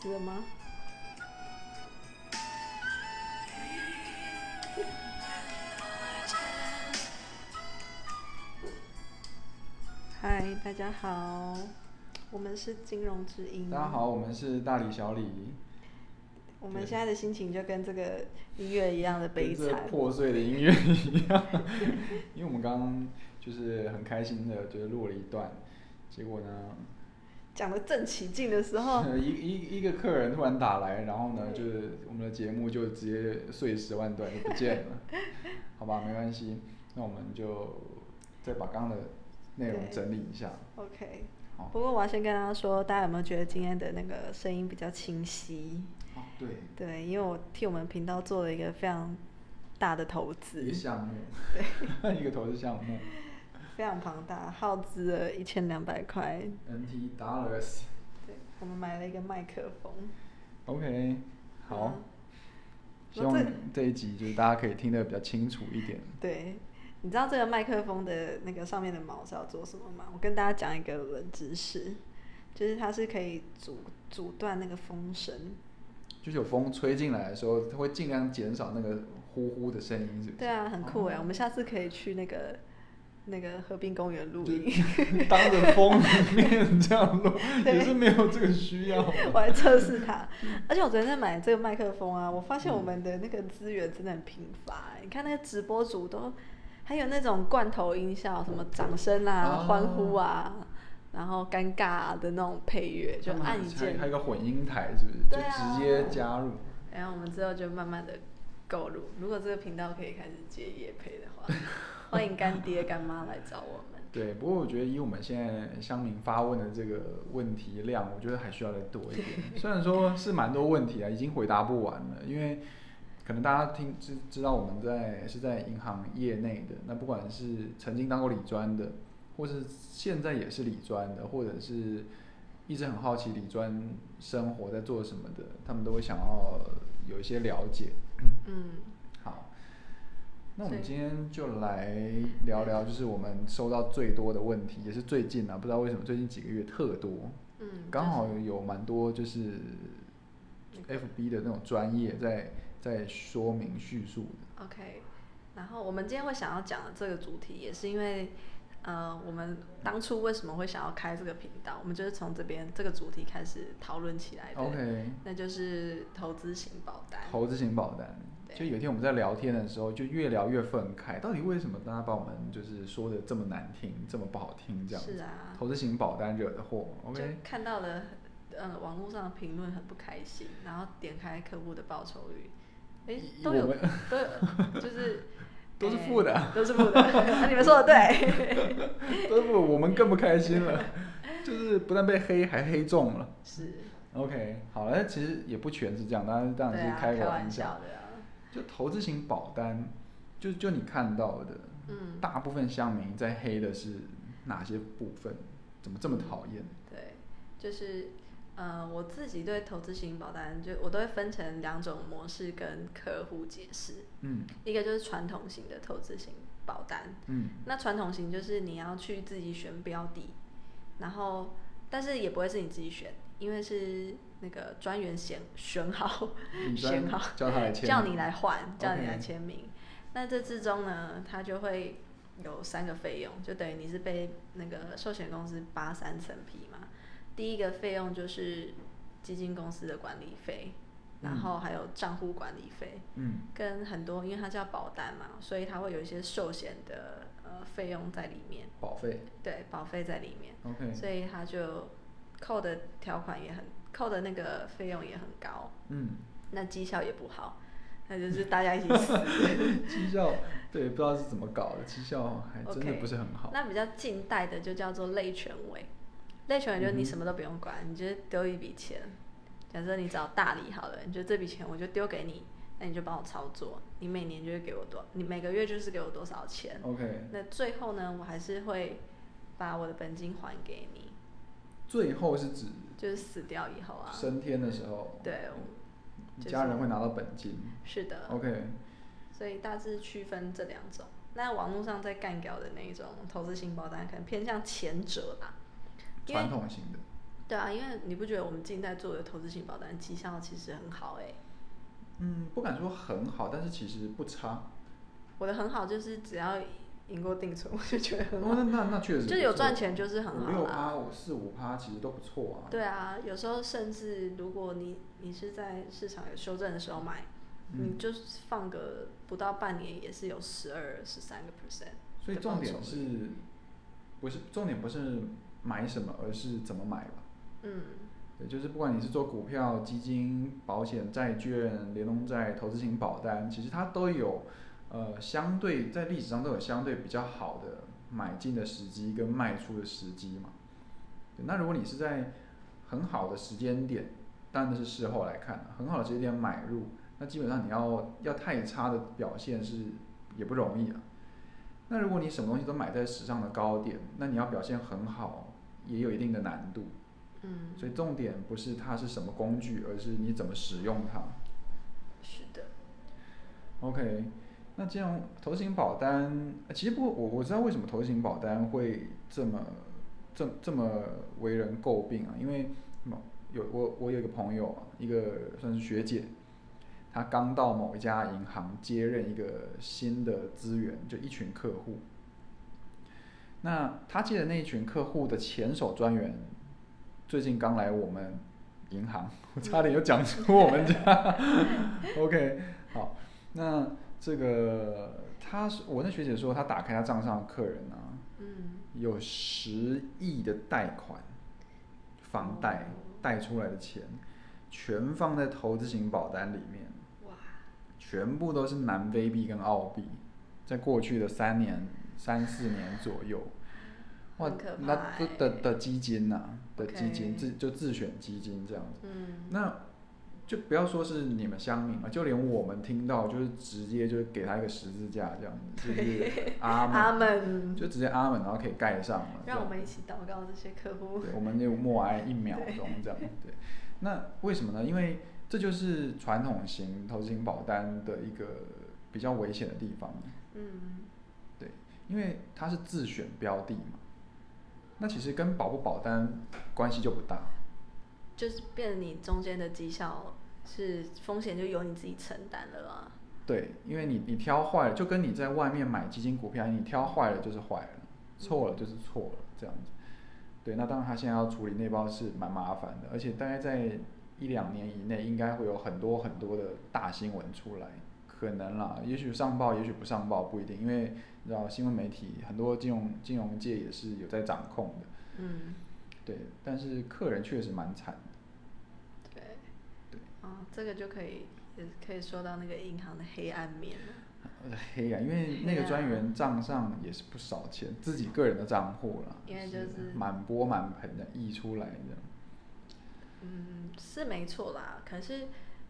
吃了吗？嗨，大家好，我们是金融之音。大家好，我们是大李小李，我们现在的心情就跟这个音乐一样的悲跟这惨。破碎的音乐一样， 因为我们刚刚就是很开心的，就是录了一段，结果呢，讲的正起劲的时 候，一一一个客人突然打来，然后嗯呢，就是我们的节目就直接碎尸万段就不见 了，好吧，没关系，那我们就再把刚刚的内容对整理一下， OK 好。不过我要先跟大家说，大家有没有觉得今天的那个声音比较清晰？哦，对，对，因为我替我们频道做了一个非常大的投资一个，项目， 一个投资项目非常庞大，耗资了一千两百块。 ，NT Dollars。对，我们买了一个麦克风。 OK，好嗯，希那望这这一集就是大家可以听得比较清楚一点。对，你知道这个麦克风的那个上面的毛是要做什么吗？我跟大家讲一个冷知识，就是它是可以阻阻断那个风声。就是有风吹进来的时候，它会尽量减少那个呼呼的声音，是不是？对啊，很酷哎、我哦们下次可以去那个那个河滨公园露就营。 当着风里面这样录，对也是没有这个需要。我来测试它。而且我昨天在买这个麦克风啊，我发现我们的那个资源真的很贫乏、欸。你看那个直播主都，还有那种罐头音效，什么掌声啊、哦欢呼啊，然后尴尬、啊、的那种配乐，就他们按一还键还。有一个混音台，是不是？就对啊直接加入。然后我们之后就慢慢的购入。如果这个频道可以开始接业配的话，欢迎干爹干妈来找我们。对，不过我觉得以我们现在乡民发问的这个问题量，我觉得还需要再多一点。虽然说是蛮多问题啊，已经回答不完了，因为可能大家听知知道我们在是在银行业内的，那不管是曾经当过理专的，或是现在也是理专的，或者是一直很好奇理专生活在做什么的，他们都会想要有一些了解。嗯，好，那我所们以今天就来聊聊，就是我们收到最多的问题，也是最近啊，不知道为什么最近几个月特多，嗯刚好有蛮多就是那 FB 的那种专业在在说明叙述的， OK，然后我们今天会想要讲的这个主题，也是因为，呃，我们当初为什么会想要开这个频道，我们就是从这边这个主题开始讨论起来的。 OK 那就是投资型保单。投资型保单。对就有一天我们在聊天的时候，就越聊越愤慨，到底为什么大家把我们就是说的这么难听，这么不好听这样子？是啊投资型保单惹的祸，OK？就看到了，呃，网络上的评论很不开心，然后点开客户的报酬率，哎，以都有我们都有，就是 哎都是诶负的都是负的。 啊你们说的 对，不不，我们更不开心了，就是不但被黑，还黑中了。是， OK，好了，那其实也不全是这样，当然当对然是啊，个开玩玩笑的啊。就投资型保单，就就你看到的，嗯大部分乡民在黑的是哪些部分？怎么这么讨厌？对，就是呃，我自己对投资型保单，就我都会分成两种模式跟客户解释，嗯一个就是传统型的投资型保单，嗯那传统型就是你要去自己选标的，然后但是也不会是你自己选，因为是那个专员选选好你专选好，叫他来签 叫名你来换，叫你 OK 来签名。那这之中呢，它就会有三个费用，就等于你是被那个寿险公司扒三层皮嘛。第一个费用就是基金公司的管理费，然嗯后还有账户管理费。嗯跟很多，因为它叫保单嘛，所以它会有一些寿险的呃费用在里面，保费对，保费在里面， ，OK，所以它就扣的条款也很，扣的那个费用也很高，嗯， 那绩效也不好，那就是大家一起死。绩效对不知道是怎么搞的，绩效还真的 OK 不是很好。那比较近代的就叫做类权委，类权委就是你什么都不用管，你就是丢一笔钱。假设你找大理好了，你觉得这笔钱我就丢给你，那你就帮我操作，你每年就是给我多，你每个月就是给我多少钱。 OK，那最后呢，我还是会把我的本金还给你，最后是指就是死掉以后啊。升天的时候，对，你就是家人会拿到本金。是的。 OK，所以大致区分这两种。那网络上在干掉的那一种投资型保单，可能偏向前者吧，因为传统型的，对啊，因为你不觉得我们近代做的投资型保单绩效其实很好哎、嗯，不敢说很好，但是其实不差。我的很好就是只要赢过定存，我就觉得很哦，好。那那那确实就不有错赚钱就是很五好六啦趴、五四五趴其实都不错啊。对啊，有时候甚至如果你你是在市场有修正的时候买，嗯你就是放个不到半年也是有十二、十三个 percent。所以重点是，不是重点不是买什么，而是怎么买吧。嗯，对，就是不管你是做股票、基金、保险、债券、联动债、投资型保单，其实它都有呃相对在历史上都有相对比较好的买进的时机跟卖出的时机嘛。对那如果你是在很好的时间点，当然那是事后来看啊，很好的时间点买入，那基本上你要要太差的表现是也不容易啊。那如果你什么东西都买在史上的高点，那你要表现很好，也有一定的难度。嗯，所以重点不是它是什么工具，而是你怎么使用它。是的， OK，那这样投资型保单，呃其实不过我我知道为什么投资型保单会这么这这么为人诟病啊，因为某有我我有一个朋友啊，一个算是学姐，她刚到某一家银行接任一个新的资源，就一群客户。那她接的那一群客户的前手专员，最近刚来我们银行， 我差点又讲出我们家。OK，好，那这个她是我那学姐说，她打开她账上的客人啊，嗯，有十亿的贷款，房贷哦贷出来的钱，全放在投资型保单里面，哇，全部都是南非币跟澳币，在过去的三年、三四年左右，哇很可，怕那这的欸的基金呐、的基金 OK 自就自选基金这样子，嗯，那就不要说是你们乡民嘛，就连我们听到就是直接就是给他一个十字架这样 子，就是阿门，阿门就直接阿门，然后可以盖上了。这样让我们一起祷告这些客户。对，我们就默哀一秒钟这样。对，那为什么呢？因为这就是传统型投资型保单的一个比较危险的地方。嗯，对，因为它是自选标的嘛，那其实跟保不保单关系就不大。就是变成你中间的绩效是风险就由你自己承担了啊啦。对，因为你你挑坏了，就跟你在外面买基金股票，你挑坏了就是坏了，错了就是错了，这样子。对，那当然他现在要处理那包是蛮麻烦的，而且大概在一两年以内，应该会有很多很多的大新闻出来，可能啦，也许上报，也许不上报，不一定，因为你知道新闻媒体很多金融金融界也是有在掌控的，嗯，对，但是客人确实蛮惨的。对，对，哦，这个就可以也可以说到那个银行的黑暗面了。呃黑啊，因为那个专员账上也是不少钱，自己个人的账户啦，因为就是满钵满盆的溢出来的。 嗯，是没错啦。可是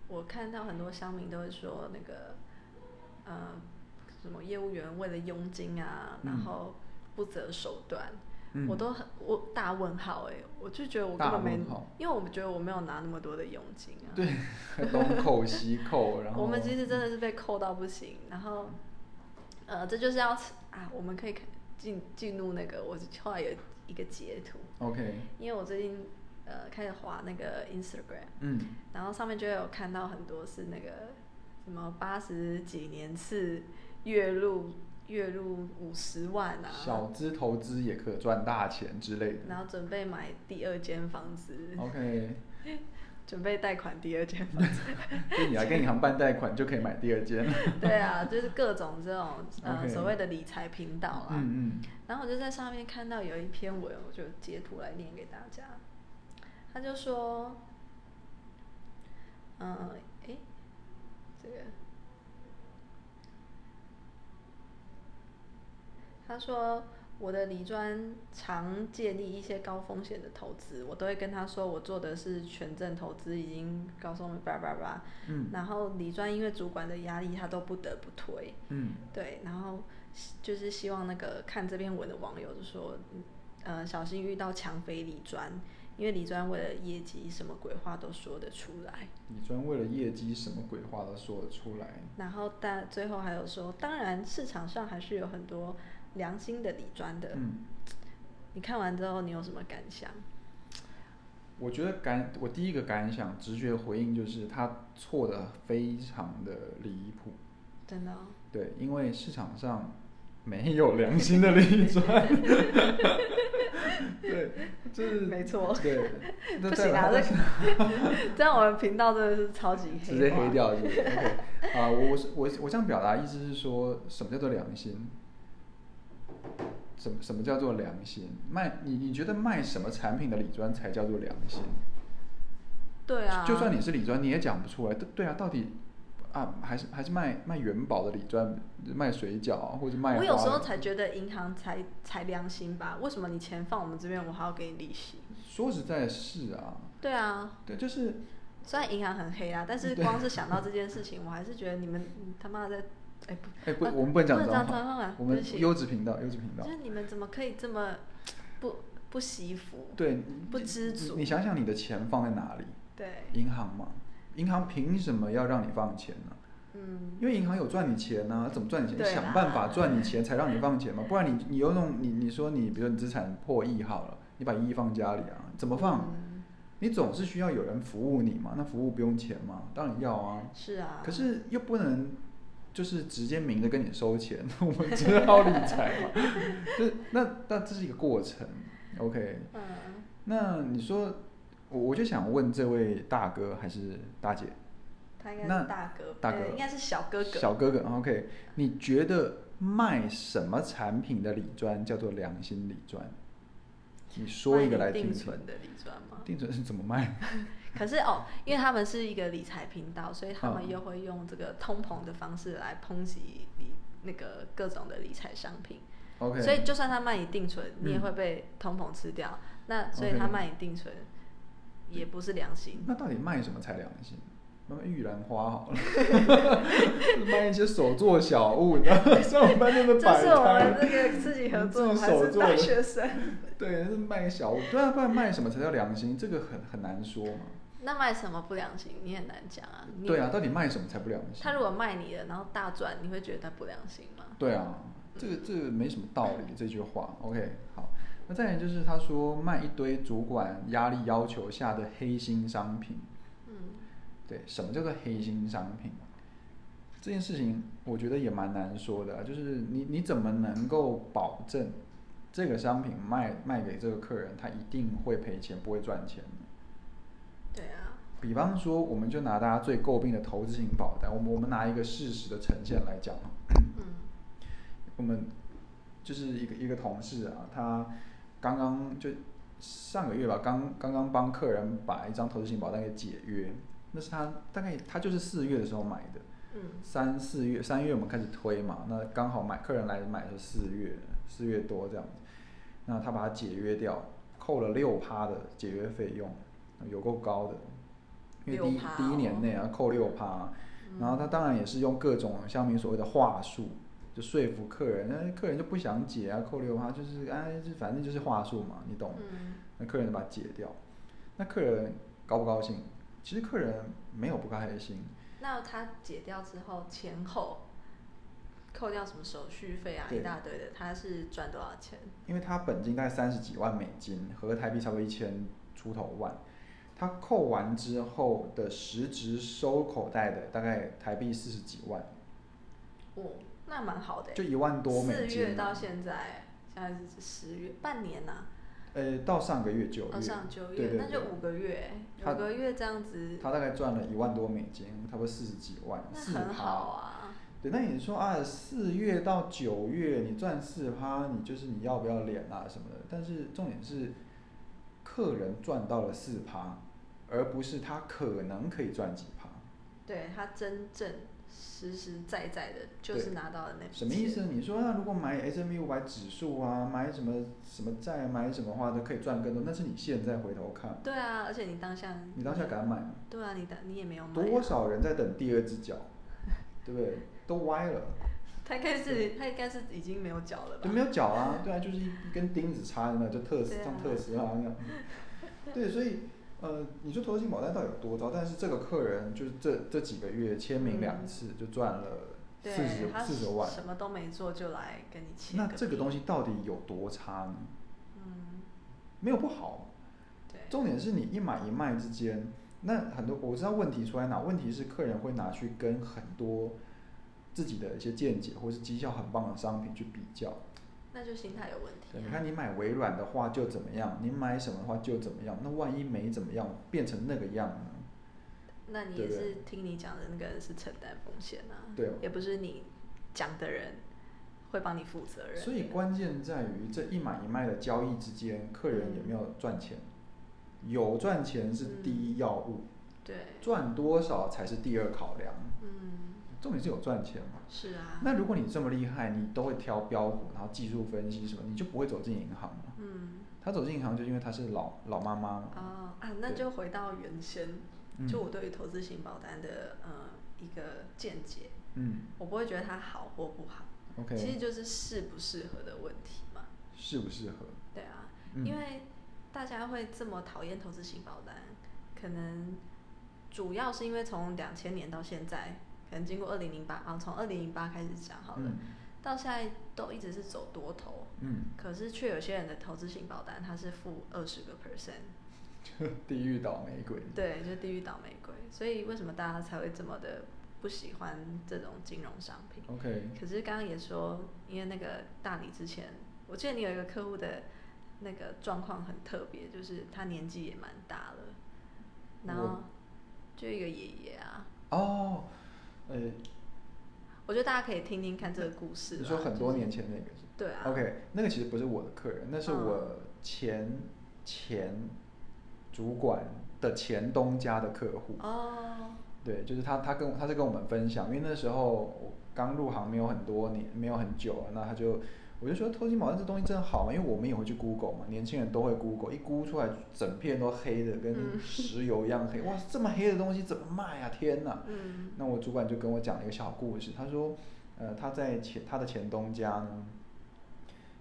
我看到很多乡民都会说那个，呃，什么业务员为了佣金啊，嗯然后不择手段，嗯我都很我大问号哎、我就觉得我根大本没问号，因为我觉得我没有拿那么多的佣金啊。对，东扣西扣，然后我们其实真的是被扣到不行，然后，呃，这就是要啊，我们可以看进进入那个，我后来有一个截图， OK，因为我最近呃开始滑那个 Instagram，嗯，然后上面就有看到很多是那个什么八十几年次月入月入五十万啊，小资投资也可赚大钱之类然的。后准备买第二间房子， OK，准备贷款第二间房 子，就你来跟银行办贷款就可以买第二间。 对啊，就是各种这种呃 OK 所谓的理财频道啦。啊嗯嗯，然后我就在上面看到有一篇文，我就截图来念给大家。他就说，嗯，诶，这个，他说我的理专常建立一些高风险的投资，我都会跟他说我做的是权证投资，已经告诉我们叭叭叭。嗯然后理专因为主管的压力，他都不得不推。嗯对，然后希就是希望那个看这篇文的网友就说，嗯呃，小心遇到强匪李专，因为李专为了业绩什么鬼话都说得出来，你专为了业绩什么鬼话都说得出来。然后但最后还有说，当然市场上还是有很多良心的李专的。嗯，你看完之后你有什么感想？我觉得感我第一个感想直觉回应就是它错的非常的离谱，真的哦、对，因为市场上没有良心的利赚，对，这是没错对，那不再行啊，来 这这样我们频道真的是超级黑化，直接黑掉是不是 OK，啊，我我是我我这样表达意思是说什么叫做良心？什么什么叫做良心？卖你你觉得卖什么产品的理专才叫做良心？对啊，就算你是理专，你也讲不出来。对对啊，到底啊还是还是卖卖元宝的理专，卖水饺啊或者卖花的。我有时候才觉得银行才才良心吧，为什么你钱放我们这边，我还要给你利息？说实在是啊，对啊，对，就是虽然银行很黑啊，但是光是想到这件事情，我还是觉得你们你他妈在，哎不，哎不，啊我们不能讲不能讲脏脏话话啊，我对们不起优质频道，优质频道就。是你们怎么可以这么不不惜福？对，你不知你足你想想你的钱放在哪里？对，银行嘛，银行凭什么要让你放钱呢、嗯，因为银行有赚你钱呐、怎么赚你钱？对啦想办法赚你钱才让你放钱嘛，不然你你有种你你说你比如说你资产破亿好了，你把一亿放家里啊，怎么放？嗯你总是需要有人服务你嘛，那服务不用钱嘛，当然要啊。是啊，可是又不能就是直接明着跟你收钱， 我们知道理财嘛， 就是那那这是一个过程，OK。嗯，那你说，我我就想问这位大哥还是大姐？他应该那是大哥，大哥呃应该是小哥哥，小哥哥，OK？你觉得卖什么产品的理专叫做良心理专？你说一个来听定听。存的理专吗？定存是怎么卖？可是哦，因为他们是一个理财频道，所以他们嗯又会用这个通膨的方式来抨击理那个各种的理财商品。 OK 所以就算他卖你定存，你也嗯会被通膨吃掉。那所以 OK 他卖你定存也不是良心。那到底卖什么才良心？那么玉兰花好了， 卖一些手作小物，然 后像我们班那个这摆是我们摊，这个自己合作，我们自己还手是做大的学生。对，是卖个小物，对啊，不然卖什么才叫良心？这个很很难说嘛。那卖什么不良心？你很难讲啊。你对啊，，到底卖什么才不良心他？如果卖你的，然后大赚，你会觉得他不良心吗？对啊，这个这个没什么道理，这句话。OK，好，那再来就是他说卖一堆主管压力要求下的黑心商品。嗯，对，什么叫做黑心商品？这件事情我觉得也蛮难说的啊，就是你你怎么能够保证这个商品卖卖给这个客人，他一定会赔钱，不会赚钱呢？对啊，比方说，我们就拿大家最诟病的投资型保单，我们我们拿一个事实的呈现来讲啊，嗯我们就是一个一个同事啊，他刚刚就上个月吧，刚刚刚帮客人把一张投资型保单给解约，那是他大概他就是四月的时候买的，嗯三四月，三月我们开始推嘛，那刚好买客人来买是四月，四月多这样子，那他把它解约掉，扣了六趴的解约费用，有够高的，因为第一、 6%第一年内啊扣六趴，嗯然后他当然也是用各种乡民所谓的话术，就说服客人，那客人就不想解啊，扣六趴就是哎，就反正就是话术嘛，你懂的。嗯，那客人就把它解掉，那客人高不高兴？其实客人没有不开心，那他解掉之后前后扣掉什么手续费啊对一大堆的，他是赚多少钱？因为他本金大概三十几万美金，合台币差不多一千出头万，他扣完之后的实值收口袋的大概台币四十几万，哦，那蛮好的欸。就一万多美四月金到啊。现在，现在是十月，半年呐、呃，到上个月九哦，月，上九对月，对那就对五个月，欸他五个月这样子，他大概赚了一万多美金，差不多四十几万，那四很好趴。啊。对，那你说啊，四月到九月你赚四趴，你就是你要不要脸啊什么的？但是重点是，客人赚到了四趴，而不是他可能可以赚几趴。对他真正实实在在的，就对是拿到了那笔什么意钱思？？你说那如果买 S M P 五百指数啊，买什么什么债，啊买什么话都可以赚更多，那是你现在回头看，对啊，而且你当下，你当下敢买吗？对啊，你当你也没有买、多啊，少人在等第二只脚，对不对？都歪了，他应该是他应该是已经没有脚了吧就？没有脚 啊，对啊，就是一一根钉子插在那，就特斯对啊像特斯拉那样。 对，所以呃，你说投资型保单到底有多糟？但是这个客人就是这这几个月签名两次就赚了嗯对四十他四十万，什么都没做就来跟你签那个这个名东西到底有多差呢？嗯，没有不好，对，重点是你一买一卖之间，那很多我知道问题出在哪，问题是客人会拿去跟很多自己的一些见解或是绩效很棒的商品去比较。那就心态有问题、对，啊。你看你买微软的话就怎么样，你买什么的话就怎么样，那万一没怎么样变成那个样呢？那你对也不对是听你讲的那个人是承担风险啊，对哦也不是你讲的人会帮你负责任。所以关键在于这一买一卖的交易之间，客人有嗯没有赚钱？有赚钱是第一要务，对，赚多少才是第二考量。嗯，重点是有赚钱嘛？是啊，那如果你这么厉害，你都会挑标股，然后技术分析什么，你就不会走进银行了。嗯，他走进银行就因为他是老老妈妈嘛。哦啊，那对就回到原先，嗯就我对于投资型保单的呃一个见解，嗯我不会觉得它好或不好其实，OK，就是适不适合的问题嘛。适不适合？对啊，嗯因为大家会这么讨厌投资型保单，可能主要是因为从两千年到现在，可能经过二零零八啊，从二零零八开始讲好了，嗯到现在都一直是走多头，嗯， 可是却有些人的投资型保单它是负二十个 percent，地狱倒霉鬼。对，就是地狱倒霉鬼，所以为什么大家才会这么的不喜欢这种金融商品？ OK，可是刚刚也说，因为那个大理之前，我记得你有一个客户的那个状况很特别，就是他年纪也蛮大了，然后我就一个爷爷啊，哦，呃，我觉得大家可以听听看这个故事啦。你说很多就是年前那个是？对啊 OK，那个其实不是我的客人，那是嗯我前、前主管的前东家的客户。哦，对，就是他，他跟我他是跟我们分享，因为那时候我刚入行没有很多年，没有很久啊，那他就我就说偷金保单这东西真的好嘛，啊因为我们也会去 Google 嘛，年轻人都会 Google，一估出来整片都黑的，跟嗯石油一样黑，哇，这么黑的东西怎么卖啊？天哪！嗯那我主管就跟我讲了一个小故事，他说，呃，他在前他的前东家呢，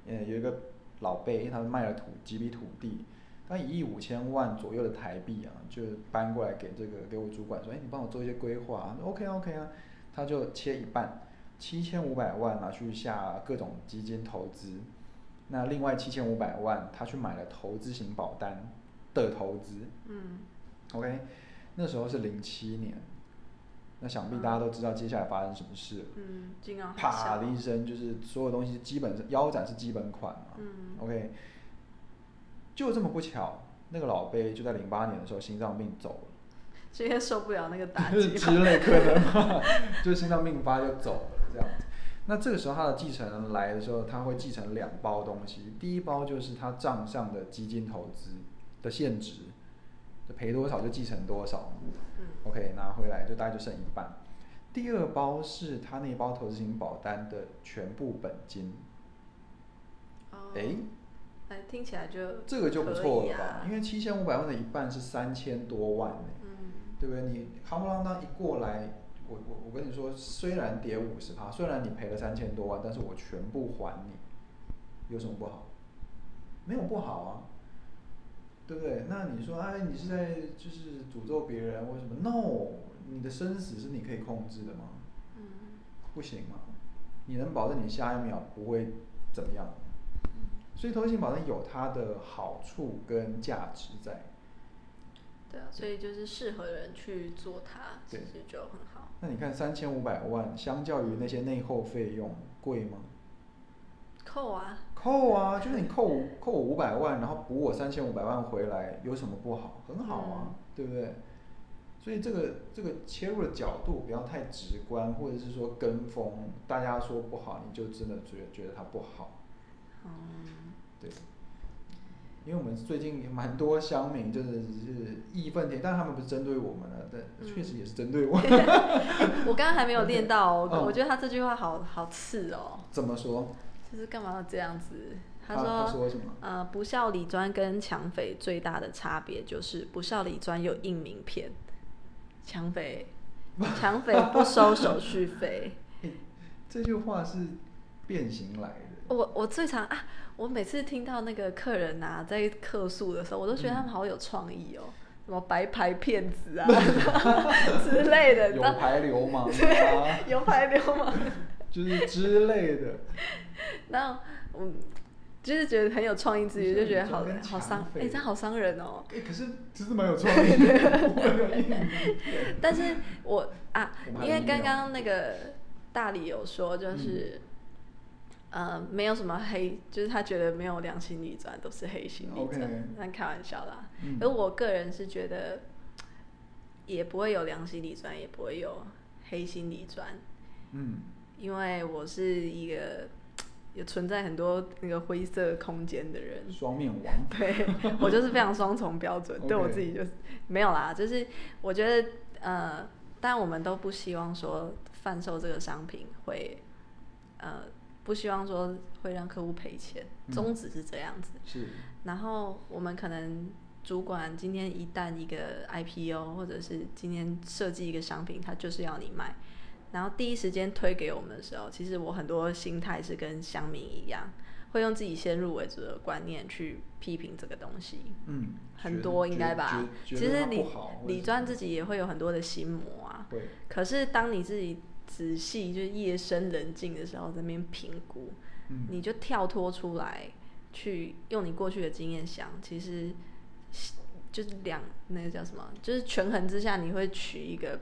呃，有一个老辈，他卖了土几笔土地，他一亿五千万左右的台币啊，就搬过来给这个给我主管说，哎，你帮我做一些规划啊，OK 啊 OK 啊，他就切一半，七千五百万拿去下各种基金投资，那另外七千五百万他去买了投资型保单的投资，嗯， OK，那时候是零七年，那想必大家都知道接下来发生什么事了。嗯金融海啪啸的一声，就是所有东西基本上腰斩是基本款嘛。嗯 OK，就这么不巧，那个老贝就在零八年的时候心脏病走了。是因为受不了那个打就是击吧之类可能吧， 就心脏病发就走了这样子。那这个时候他的继承人来的时候，他会继承两包东西，第一包就是他账上的基金投资的现值，就赔多少就继承多少嘛嗯 OK，拿回来就大概就剩一半。第二包是他那包投资型保单的全部本金，哦，诶，哎，听起来就这个就不错可以了吧？啊因为七千五百万的一半是三千多万呢、嗯对不对？你夯不啷当一过来，我我我跟你说，虽然跌五十趴，虽然你赔了三千多万，但是我全部还你，有什么不好？没有不好啊，对不对？那你说，哎，你是在就是诅咒别人或什么？No，你的生死是你可以控制的吗？嗯不行吗？你能保证你下一秒不会怎么样吗？嗯，所以投资型保单有它的好处跟价值在。对啊，所以就是适合的人去做它，其对实就很好。那你看三千五百万，相较于那些内扣费用贵吗？扣啊，扣啊，就是你扣五扣我五百万，然后补我三千五百万回来，有什么不好？很好啊，嗯对不对？所以这个这个切入的角度不要太直观，或者是说跟风，大家说不好，你就真的觉得觉得它不好，嗯，对。因为我们最近也蛮多乡民真的是义愤填，但他们不是针对我们了，但嗯确实也是针对我。 我刚刚还没有练到哦，嗯我觉得他这句话好好刺哦，怎么说？就是干嘛要这样子？他说，他说什么呃，不孝理专跟抢匪最大的差别就是不孝理专有印名片，抢匪抢匪不收手续费。这句话是变形来的，我我最常啊，我每次听到那个客人啊在客诉的时候，我都觉得嗯他们好有创意哦，什么白牌骗子 啊之类的，有你知道牌流 氓啊。有牌流氓。就是之类的。然后，嗯，就是觉得很有创意之余，你说就觉得你好中间好强伤，哎、废这样好伤人哦。哎，可是真的蛮有创意的，我有印象 但是我啊我们，还因为有刚疫苗刚那个大理有说，就是、嗯呃，没有什么黑，就是他觉得没有良心逆转都是黑心逆转 OK，那开玩笑啦。嗯而我个人是觉得，也不会有良心逆转，也不会有黑心逆转，嗯，因为我是一个有存在很多那个灰色空间的 人。双面王，对我就是非常双重标准，对我 OK 自己就是没有啦，就是我觉得呃，但我们都不希望说贩售这个商品会呃，不希望说会让客户赔钱，嗯宗旨是这样子。是，然后我们可能主管今天一旦一个 IPO，或者是今天设计一个商品，他就是要你卖。然后第一时间推给我们的时候，其实我很多心态是跟乡民一样，会用自己先入为主的观念去批评这个东西。嗯，很多应该吧？其觉得实它理不好或者理专自己也会有很多的心魔啊。会，可是当你自己仔细就是夜深人静的时候，在那边评估，嗯你就跳脱出来，去用你过去的经验想，其实就是两那个叫什么，就是权衡之下，你会取一个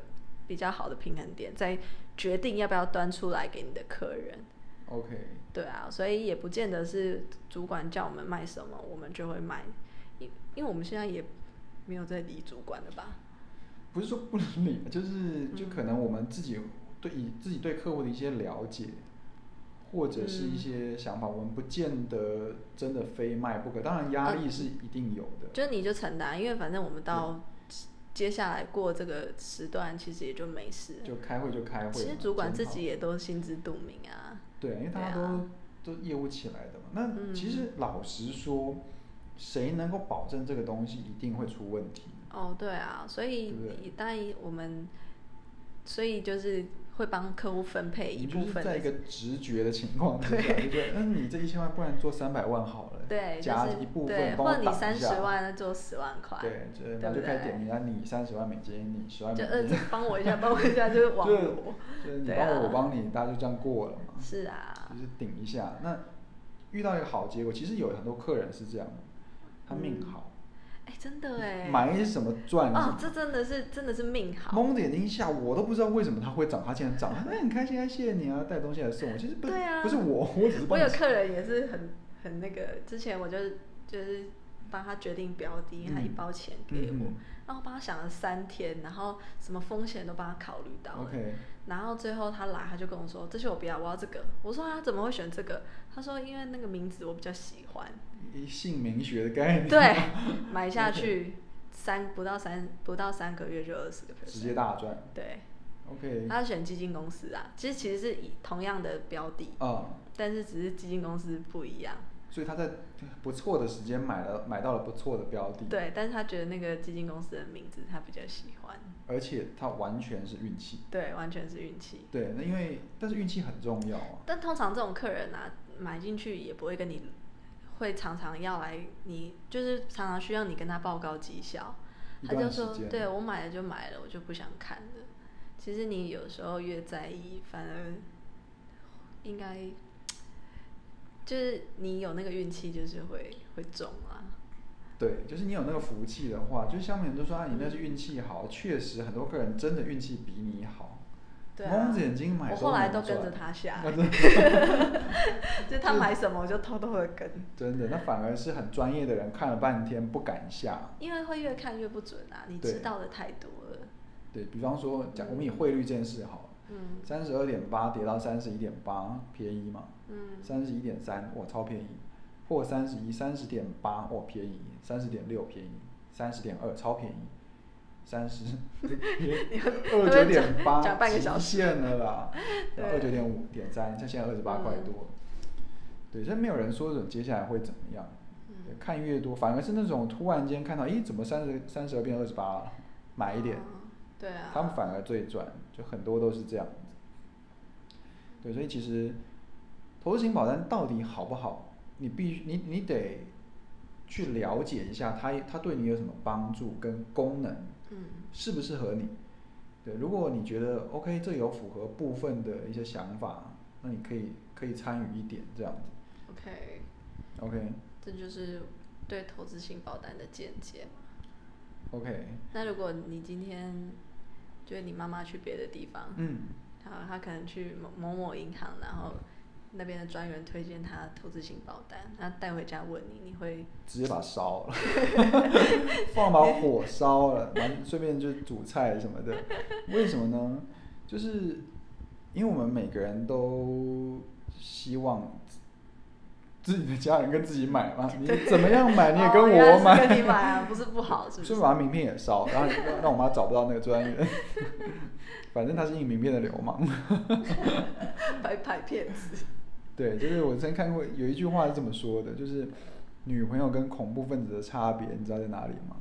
比较好的平衡点，再决定要不要端出来给你的客人。 OK，对啊，所以也不见得是主管叫我们卖什么，我们就会卖，因因为我们现在也没有在理主管了吧？不是说不能理， 就是嗯就可能我们自己对以自己对客户的一些了解，或者是一些想法，我们不见得真的非卖不可。当然压力是一定有的，就你就承担，因为反正我们到接下来过这个时段，其实也就没事了。就开会就开会嘛。嗯其实主管检自讨己也都心知肚明啊。嗯对，因为大家都、对啊都业务起来的嘛。那其实老实说，谁能够保证这个东西一定会出问题？哦，对啊，所以对不对一旦我们，所以就是会帮客户分配一你部就是分的在一个直觉的情况之下，就觉得嗯，你这一千万，不然做三百万好了，对，就加是一部对，分帮或我者你挡三一十下万，那就十万块，对，就是对那不就开始对点名啊，你三十万美金，你十万美就呃，这金， 帮我一下，帮我一下， 就是网就是罗。就是你对帮我，我啊帮你，大家就这样过了嘛，是啊就，是顶一下。那遇到一个好结果，其实有很多客人是这样的，他命好，哎，真的哎，买什么赚什哦么，，这真的是真的是命好，蒙着眼睛下，我都不知道为什么它会涨，它竟然涨，那很开心啊，谢谢你啊，带东西来送我。其实不是对啊不是我，我 只是我帮你有客人也是很很那个，之前我就是就是帮他决定标的，因为他一嗯包钱给嗯我，嗯然后帮他想了三天，然后什么风险都帮他考虑到了。 OK 然后最后他来，他就跟我说：“这些我不要，我要这个。”我说：“啊他怎么会选这个？”他说：“因为那个名字我比较喜 欢。一姓名学的概念， 对，买下去三不到三不到三个月就二十个 p 直接大 赚。对， OK，他选基金公司啊，其实其实是以同样的标的，啊、但是只是基金公司不一样。所以他在不错的时间买了买到了不错的标的，，对，但是他觉得那个基金公司的名字他比较喜欢，而且他完全是运气，对，完全是运气。对，那因为但是运气很重要啊，但通常这种客人啊，买进去也不会跟你，会常常要来你，就是常常需要你跟他报告绩效。一他段就时说间，对我买了就买了，我就不想看了。其实你有时候越在意，反而应该就是你有那个运气，就是会会中 啊。对，就是你有那个福气的话，就是下面人都说啊，你那是运气好，确实很多客人真的运气比你好，对啊蒙着眼睛买我都后来能都跟赚着他下那来， 真就他买什么我就偷偷的跟，真的，那反而是很专业的人看了半天不敢下，因为会越看越不准啊，你对知道的太多了。对比方说讲我们以汇率这件事好了，嗯三十二点八跌到三十一点八，便宜嘛，嗯，三十一点三，哇，超便宜，或三十一三十点八，哇，便宜，三十点六便宜，三十点二超便宜，三十二九点八，讲讲半个小时极限了 啦，然后二九对嗯点五点三，像现在二十八块多，对，所以没有人说准接下来会怎么样，对看越多，反而是那种突然间看到，咦，怎么三十三十二变二十八了，买一点。哦对啊，他们反而最赚，就很多都是这样子。对，所以其实投资型保单到底好不好，你必须你你得去了解一下它它对你有什么帮助跟功能，嗯适不适合你。对，如果你觉得 OK，这有符合部分的一些想法，那你可以可以参与一点这样子。 ，OK， OK 这就是对投资型保单的见解。 OK，那如果你今天就是你妈妈去别的地方，嗯然后她可能去某某某银行，然后那边的专员推荐她投资型保单，她带回家问你，你会直接把它 烧了，放把火烧了，然后顺便就煮菜什么的。为什么呢？就是因为我们每个人都希望自己的家人跟自己 买嘛，你怎么样买你也跟哦原来我是买，跟你买啊，不是不好，是不顺是便？把他名片也烧，然后让让我妈找不到那个专员。 反正他是印名片的流氓。白拍骗子，对，就是我之前看过有一句话是这么说的，就是女朋友跟恐怖分子的差别，你知道在哪里吗？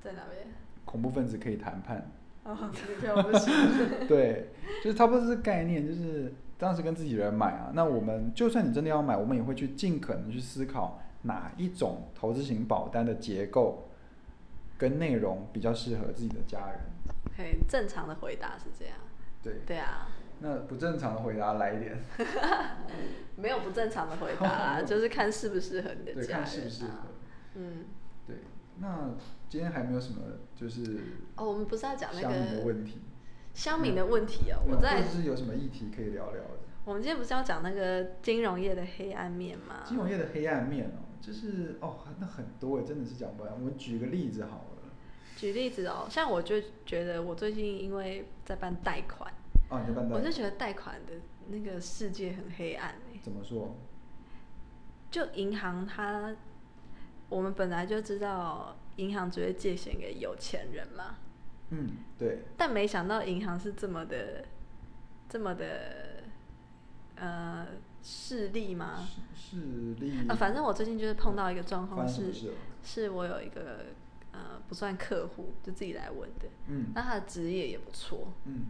在哪边？恐怖分子可以谈判， 哦，女朋友不行。对，就是差不多是这个概念，就是当时跟自己人买啊。那我们就算你真的要买，我们也会去尽可能去思考哪一种投资型保单的结构跟内容比较适合自己的家人。 OK，正常的回答是这样。对，对啊，那不正常的回答来一 点，没有不正常的回答 啦，就是看适不适合你的对，家人、啊。看适不适合。嗯，对，那今天还没有什么就是哦，我们不是要讲那相应的个问题。嗯乡民的问题哦，我或在者是有什么议题可以聊聊的？我们今天不是要讲那个金融业的黑暗面吗？金融业的黑暗面哦，就是哦，那很多真的是讲不完。我举个例子好了，举例子哦，像我就觉得我最近因为在办贷款，啊，你的办我贷就觉得贷款的那个世界很黑暗哎、怎么说？就银行它，我们本来就知道银行只会借钱给有钱人嘛，嗯，对，但没想到银行是这么的，这么的，呃，势利吗？势势力啊，反正我最近就是碰到一个状况发生是什么事哦了，是我有一个呃不算客户，就自己来问的，嗯那他的职业也不错，嗯，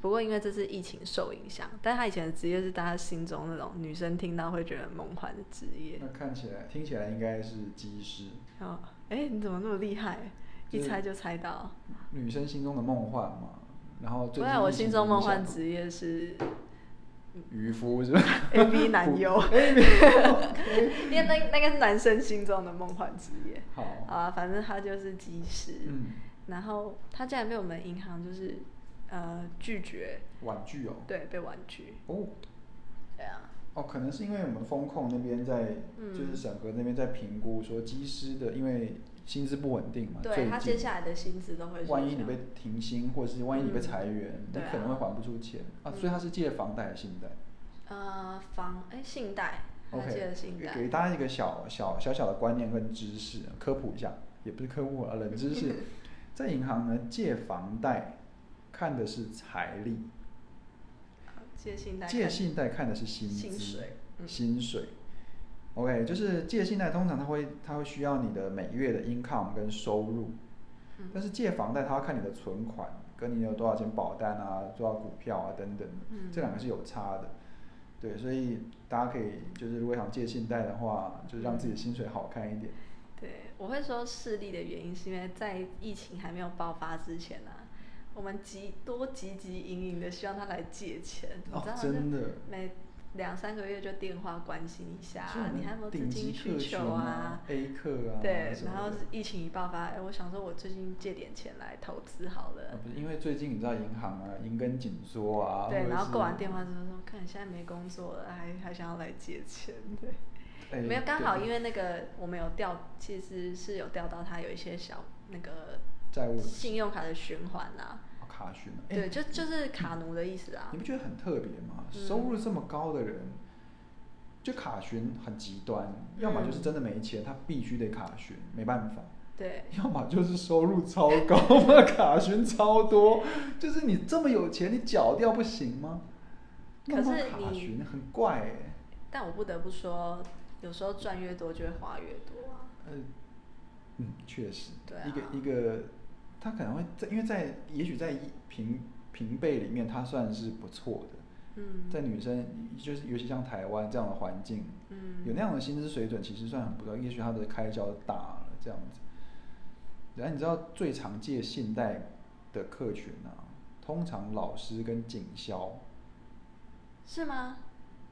不过因为这次疫情受影响，但他以前的职业是大家心中那种女生听到会觉得很梦幻的职业。那看起来听起来应该是机师，然后，哎，你怎么那么厉害？一就是猜就猜到。女生心中的梦幻嘛。然后最不近然我疫情心中影梦响幻职业是渔夫是吧？ A B 男优， A B 因为那那个是男生心中的梦幻职业。好，啊，反正他就是技师，嗯，然后他竟然被我们银行就是呃拒绝，婉拒哦，对，被婉拒，哦。对啊，哦，可能是因为我们风控那边在，嗯就是审核那边在评估说机师的，因为薪资不稳定嘛，最对他接近下来的薪资都会万受一你伤被停薪，或是万一你被嗯裁员，你对啊嗯可能会还不出钱啊所以他是借房贷还是信贷呃房哎信贷，他借？OK，了信给贷，大家一个小小小小的观念跟知识科普一下，也不是科普啊，冷 知识，在银行呢借房贷看的是财力，借信贷，借信贷看的是薪资、薪水嗯薪水 OK，就是借信贷通常它会它会需要你的每月的 income 跟收入，嗯但是借房贷它要看你的存款跟你有多少钱保单啊、多少股票啊等等的，嗯这两个是有差的。对，所以大家可以就是如果想借信贷的话，就是让自己的薪水好看一点。对，我会说势利的原因是因为在疫情还没有爆发之前啊，我们急多积极营营的希望他来借钱，你哦知道，吗？真的。每两三个月就电话关心一下所以啊我，们你还有没有资顶金级客需群求啊？A 课啊，对什，么然后的疫情一爆发，哎，我想说我最近借点钱来投资好啊了，不是因为最近你知道银行啊，银根紧缩啊，或对，者然后是挂完电话之后说，看你现在没工作了，还还想要来借钱，对，哎没有，刚对好因为那个我们有调，其实是有调到他有一些小那个债务信用卡的循环啊，哦卡询，嗯哎对，就就是卡奴的意思啊你，不觉得很特别吗？嗯收入这么高的人，就卡询很极端，要么嗯就是真的没钱，他必须得卡询，没办法；对，要么就是收入超高，那 卡询超多，就是你这么有钱，你缴掉不行吗？可是弄到卡你询很怪哎、但我不得不说，有时候赚越多就会花越多啊。呃，嗯，确实，对啊一个一个，他可能会在，因为在也许在平平辈里面，他算是不错的，嗯，在女生就是尤其像台湾这样的环境，嗯有那样的薪资水准，其实算很不错。也许他的开销大了这样子。然后你知道最常借信贷的客群啊，通常老师跟警校，是吗？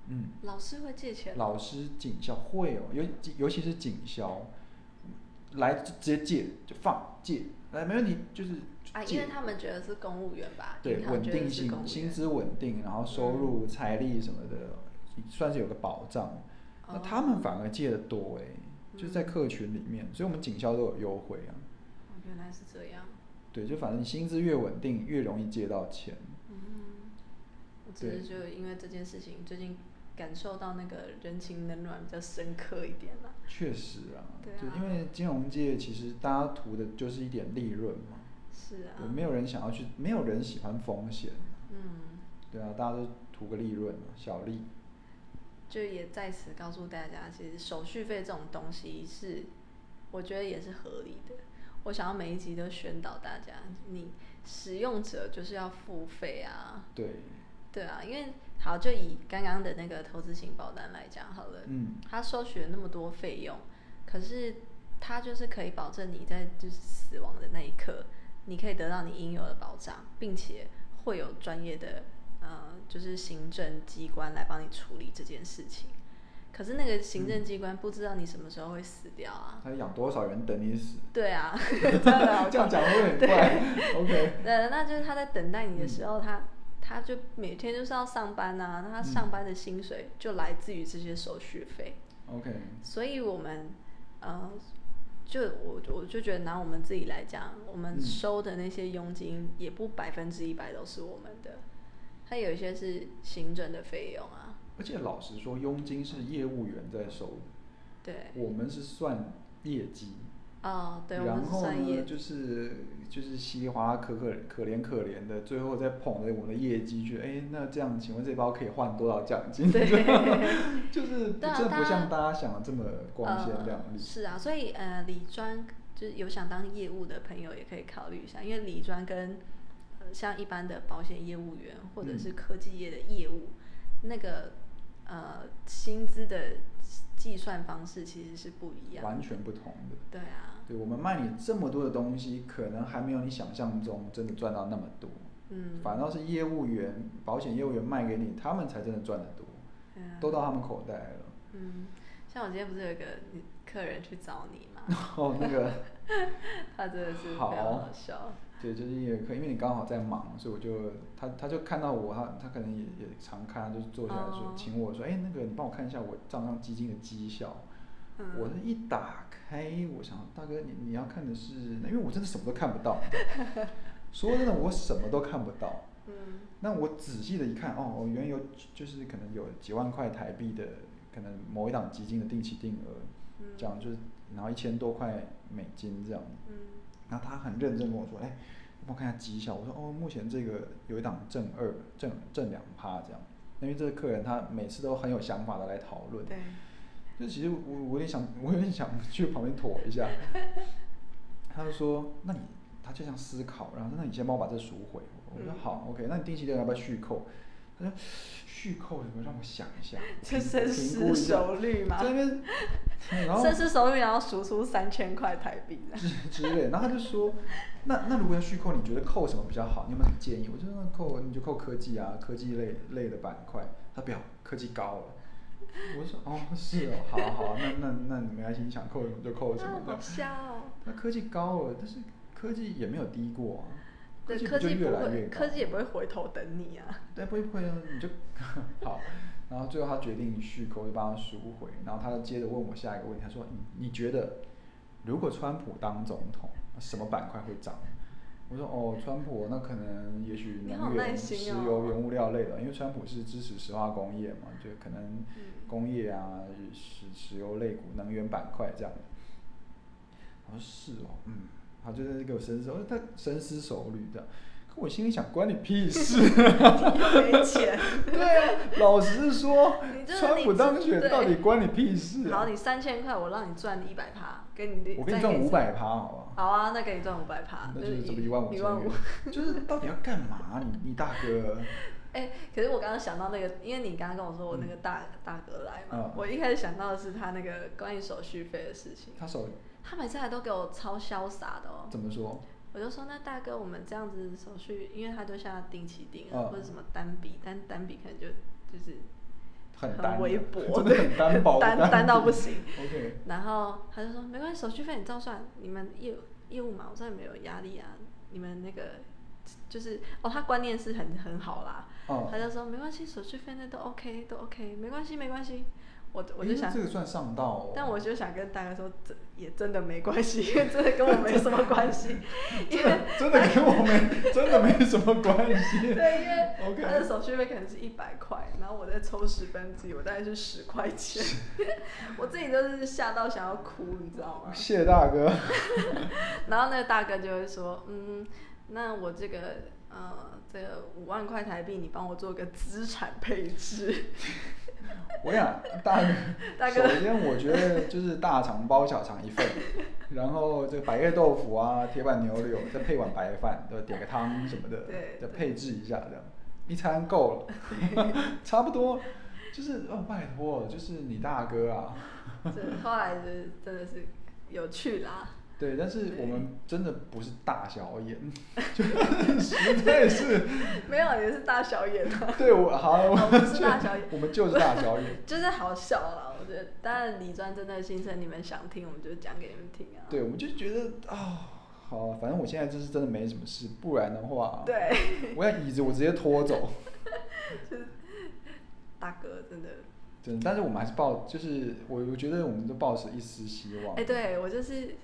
嗯，老师会借钱吗？老师警校会哦，尤尤其是警校，来就直接借就放借，来没问题，就是啊，因借为他们觉得是公务员吧，对银行稳觉得定是公务性，员薪资稳定，然后收入、财力什么的，算是有个保障。那嗯哦嗯他们反而借的多哎、就是在客群里面，所以我们警校都有优惠啊。哦原来是这样，对，就反正你薪资越稳定，越容易借到钱。嗯，我只是对就因为这件事情，最近感受到那个人情冷暖比较深刻一点啦。确实啊，对啊就因为金融界其实大家图的就是一点利润嘛，是啊对，没有人想要去，没有人喜欢风险，嗯，对啊，大家都图个利润嘛，小利。就也在此告诉大家，其实手续费这种东西是，我觉得也是合理的。我想要每一集都宣导大家，你使用者就是要付费啊，对，对啊，因为好就以刚刚的那个投资型保单来讲好了，嗯，他收取了那么多费用，可是他就是可以保证你在就是死亡的那一刻，你可以得到你应有的保障，并且会有专业的呃，就是行政机关来帮你处理这件事情。可是那个行政机关不知道你什么时候会死掉啊？嗯他养多少人等你 死？对 啊，这样好这样讲会很怪。OK， 呃，那就是他在等待你的时候，嗯他他就每天就是要上班啊，那他上班的薪水就来自于这些手续费， OK，所以我们呃，就我我就觉得拿我们自己来讲，我们嗯收的那些佣金也不百分之一百都是我们的，它有一些是行政的费用啊，而且老实说，佣金是业务员在收的，对，我们是算业绩。哦，对，我们然是后算业呢，就是就是稀里哗啦、可可可怜可怜的，最后再捧着我们的业绩去，哎，那这样请问这包可以换多少奖金？ 对 就是对啊这不大像大家想的这么光鲜亮呃。丽。是啊，所以呃，理专就是有想当业务的朋友也可以考虑一下，因为理专跟、呃、像一般的保险业务员或者是嗯科技业的业务，那个呃薪资的计算方式其实是不一样的。完全不同的。对啊，对我们卖你这么多的东西，可能还没有你想象中真的赚到那么多，嗯，反倒是业务员、保险业务员卖给你，他们才真的赚得多，对啊都到他们口袋了。嗯，像我今天不是有一个客人去找你嘛， 哦，那个，他真的是非常好好笑。对，就是也可以，因为你刚好在忙，所以我就他他就看到我，他他可能也也常看，就是坐下来说、哦请我说，哎，那个你帮我看一下我账上基金的绩效。嗯我一打开，我想大哥你你要看的是，因为我真的什么都看不 到。说真的，我什么都看不到。嗯那我仔细的一看，哦，我原有就是可能有几万块台币的，可能某一档基金的定期定额嗯，这样就是，然后一千多块美金这样。嗯然后他很认真跟我说，哎、你帮我看一下绩效。我说，哦，目前这个有一档正二，正正两趴这样。因为这个客人他每次都很有想法的来讨论，对，就其实我我有点想，我有点想去旁边躲一下。 他就说：“那你，他就想思考，然后那你先帮我把这赎回。”我说嗯：“好，OK。那你定期定额要不要续扣？”他说：“续扣什么？让我想一下，就评深评思估一下熟虑嘛 在那边，然后甚至手里然后数出三千块台币的。之 之类的。然后他就说，那那如果要续扣，你觉得扣什么比较好？你有没有什么建议？我就说那扣你就扣科技啊，科技类类的板块。他不要，科技高了。我说哦，是哦，好啊好啊，那 那那你没关系，你想扣什么就扣什么啊的好。笑哦那科技高了，但是科技也没有低过啊。对，技科不就技越不来会，越高？科技也不会回头等你 啊。对，不会不会啊，你就 好。然后最后他决定续口，我就帮他赎回。然后他就接着问我下一个问题，他说：“你你觉得如果川普当总统，什么板块会涨？”我说：“哦，川普那可能也许你好能耐源、心石哦油、原物料类的，因为川普是支持石化工业嘛，就可能嗯工业啊、石石油类股、能源板块这样。”我说是哦，嗯，他就在那给我深思，我说他深思熟虑的。可我心里想，关你屁事！你没钱， 对啊，老实说你，这川普当你这选到底关你屁事、好，啊？你三千块，我让你赚一百趴，给你我给再你赚五你百趴，好吧？好啊，那给你赚五百趴，那就就是是怎么一万五一万千五元。？就是到底要干嘛？你你大哥，哎、可是我刚刚想到那个，因为你刚刚跟我说我那个大、大哥来嘛，嗯我一开始想到的是他那个关于手续费的事情，他手他每次来都给我超潇洒的哦。怎么说？我就说那大哥，我们这样子手续，因为他就像定期定额、嗯或者什么单笔，但单笔可能就就是很单的微薄， 真的很单薄的单单单到不行。 OK，然后他就说没关系，手续费你照算，你们业务业务嘛，我这里没有压力啊，你们那个就是哦，他观念是很很好啦，哦他就说没关系，手续费那都 OK 都 OK，没关系没关系，我我就诶想。哎这个算上道、哦，但我就想跟大家说，这也真的没关系，因为真的跟我没什么关 系，因为 真的跟我们真的没什么关系。 对，因为 OK 他的手续费可能是一百块，然后我再抽十分之一，我大概是十块钱， 我自己就是吓到想要哭，你知 道吗？谢大哥，然后那个大哥就会说，嗯，那我这个呃这个五万块台币，你帮我做个资产配置， 我想大哥， 大哥首先我觉得就是大肠包小肠一份，然后这个百叶豆腐啊、铁板牛柳，再配碗白饭，对吧，点个汤什么的，对对再配置一下这样，一餐 够了，差不多。就是哦，拜托，就是你大哥啊，这后来就是真的是有趣啦。对，但是我们真的不是大小眼，就是 实在是，没有，也是大小眼 啊，对我好，我我们是大小眼我们就是大小眼，就是好笑啦。我觉得，当然李专真的心声，你们想听，我们就讲给你们听啊。对，我们就觉得啊、好，反正我现在就是真的没什么事，不然的话，对，我要椅子我直接拖走，大哥真的，真的。但是我们还是抱，就是我我觉得我们都抱持一丝希望。哎、对我就是，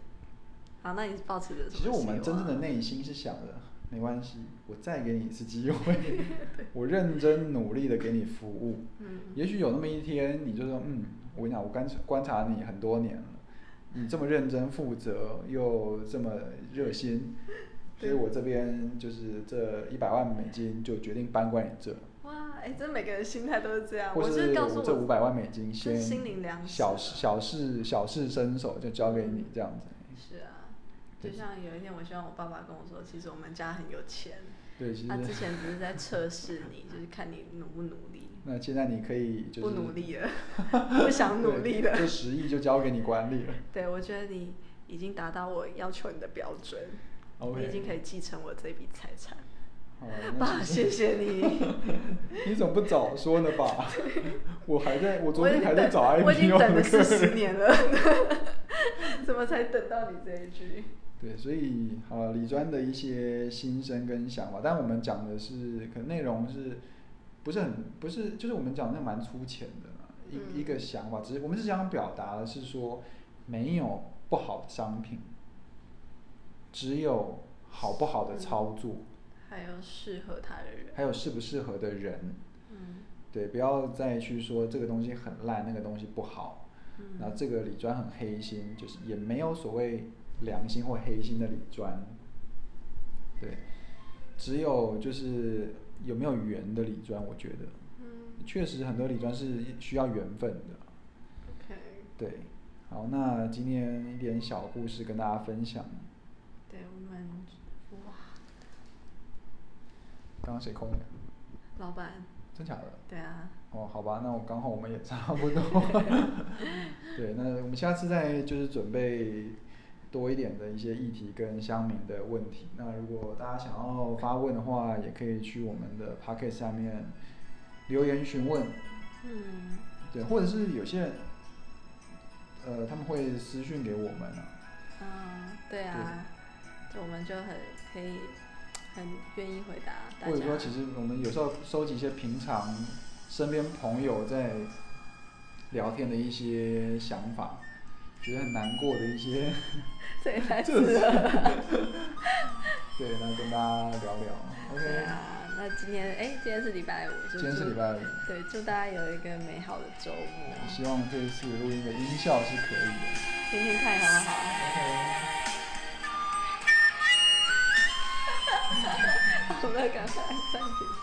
好，那你保持着什么其实我们希真望啊正的内心是想着，没关系，我再给你一次机 会，我认真努力的给你服务。嗯，也许有那么一天，你就说，嗯，我跟你讲，我观察观察你很多年了，你这么认真负责又这么热心，所以我这边就是这一百万美金就决定搬过来你这，哇，哎、真的每个人心态都是这样。或啊我就是是告诉我这五百万美金就先是心灵粮食小啊事小事小事伸手就交给你这样子。是啊，就像有一天，我希望我爸爸跟我说，其实我们家很有钱，对，其实他之前只是在测试 你，就是看你努不努力，那现在你可以就是不努力 了，不想努力了对。这十亿就交给你管理了。 对，我觉得你已经达到我要求你的标准 OK 你已经可以继承我这笔财产。好，那爸，其谢实谢你。你怎么不早说呢 吧？我还在，我昨已天经还在等找哦 IPO 我已经等了的四客十人。年了， 怎么才等到你这一句？对，所以好了，李专的一些心声跟想法，但我们讲的是，可能内容是不是很不是，就是我们讲的蛮粗浅的啦一、嗯一个想法，只是我们是想表达的是说，没有不好的商品，只有好不好的操作，还有适合他的人。还有适不适合的人。嗯对，不要再去说这个东西很烂，那个东西不好，嗯然后这个理专很黑心，就是也没有所谓良心或黑心的理专，对，只有就是有没有缘的理专，我觉得嗯确实很多理专是需要缘分的， ，OK，对，好，那今天一点小故事跟大家分享，对我们哇，刚刚谁空的？老板，真假的？对啊，哦，好吧，那我刚好我们也差不多。对，那我们下次再就是准备多一点的一些议题跟乡民的问题。那如果大家想要发问的话，也可以去我们的 p o c k e t 下面留言询问。嗯，对，或者是有些人，呃，他们会私讯给我们啊。嗯，对啊，就我们就很可以很愿意回答大家。或者说，其 实我们有时候收集一些平常身边朋友在聊天的一些想法，觉得很难过的一些， 这也太次 了。对，那跟大家聊聊。对 OK，、啊，那今天哎，今天是礼拜五，就今天是祝礼拜五对，祝大家有一个美好的周末，希望这一次录音的音效是可以的。天天看好不好？我们赶快暂停。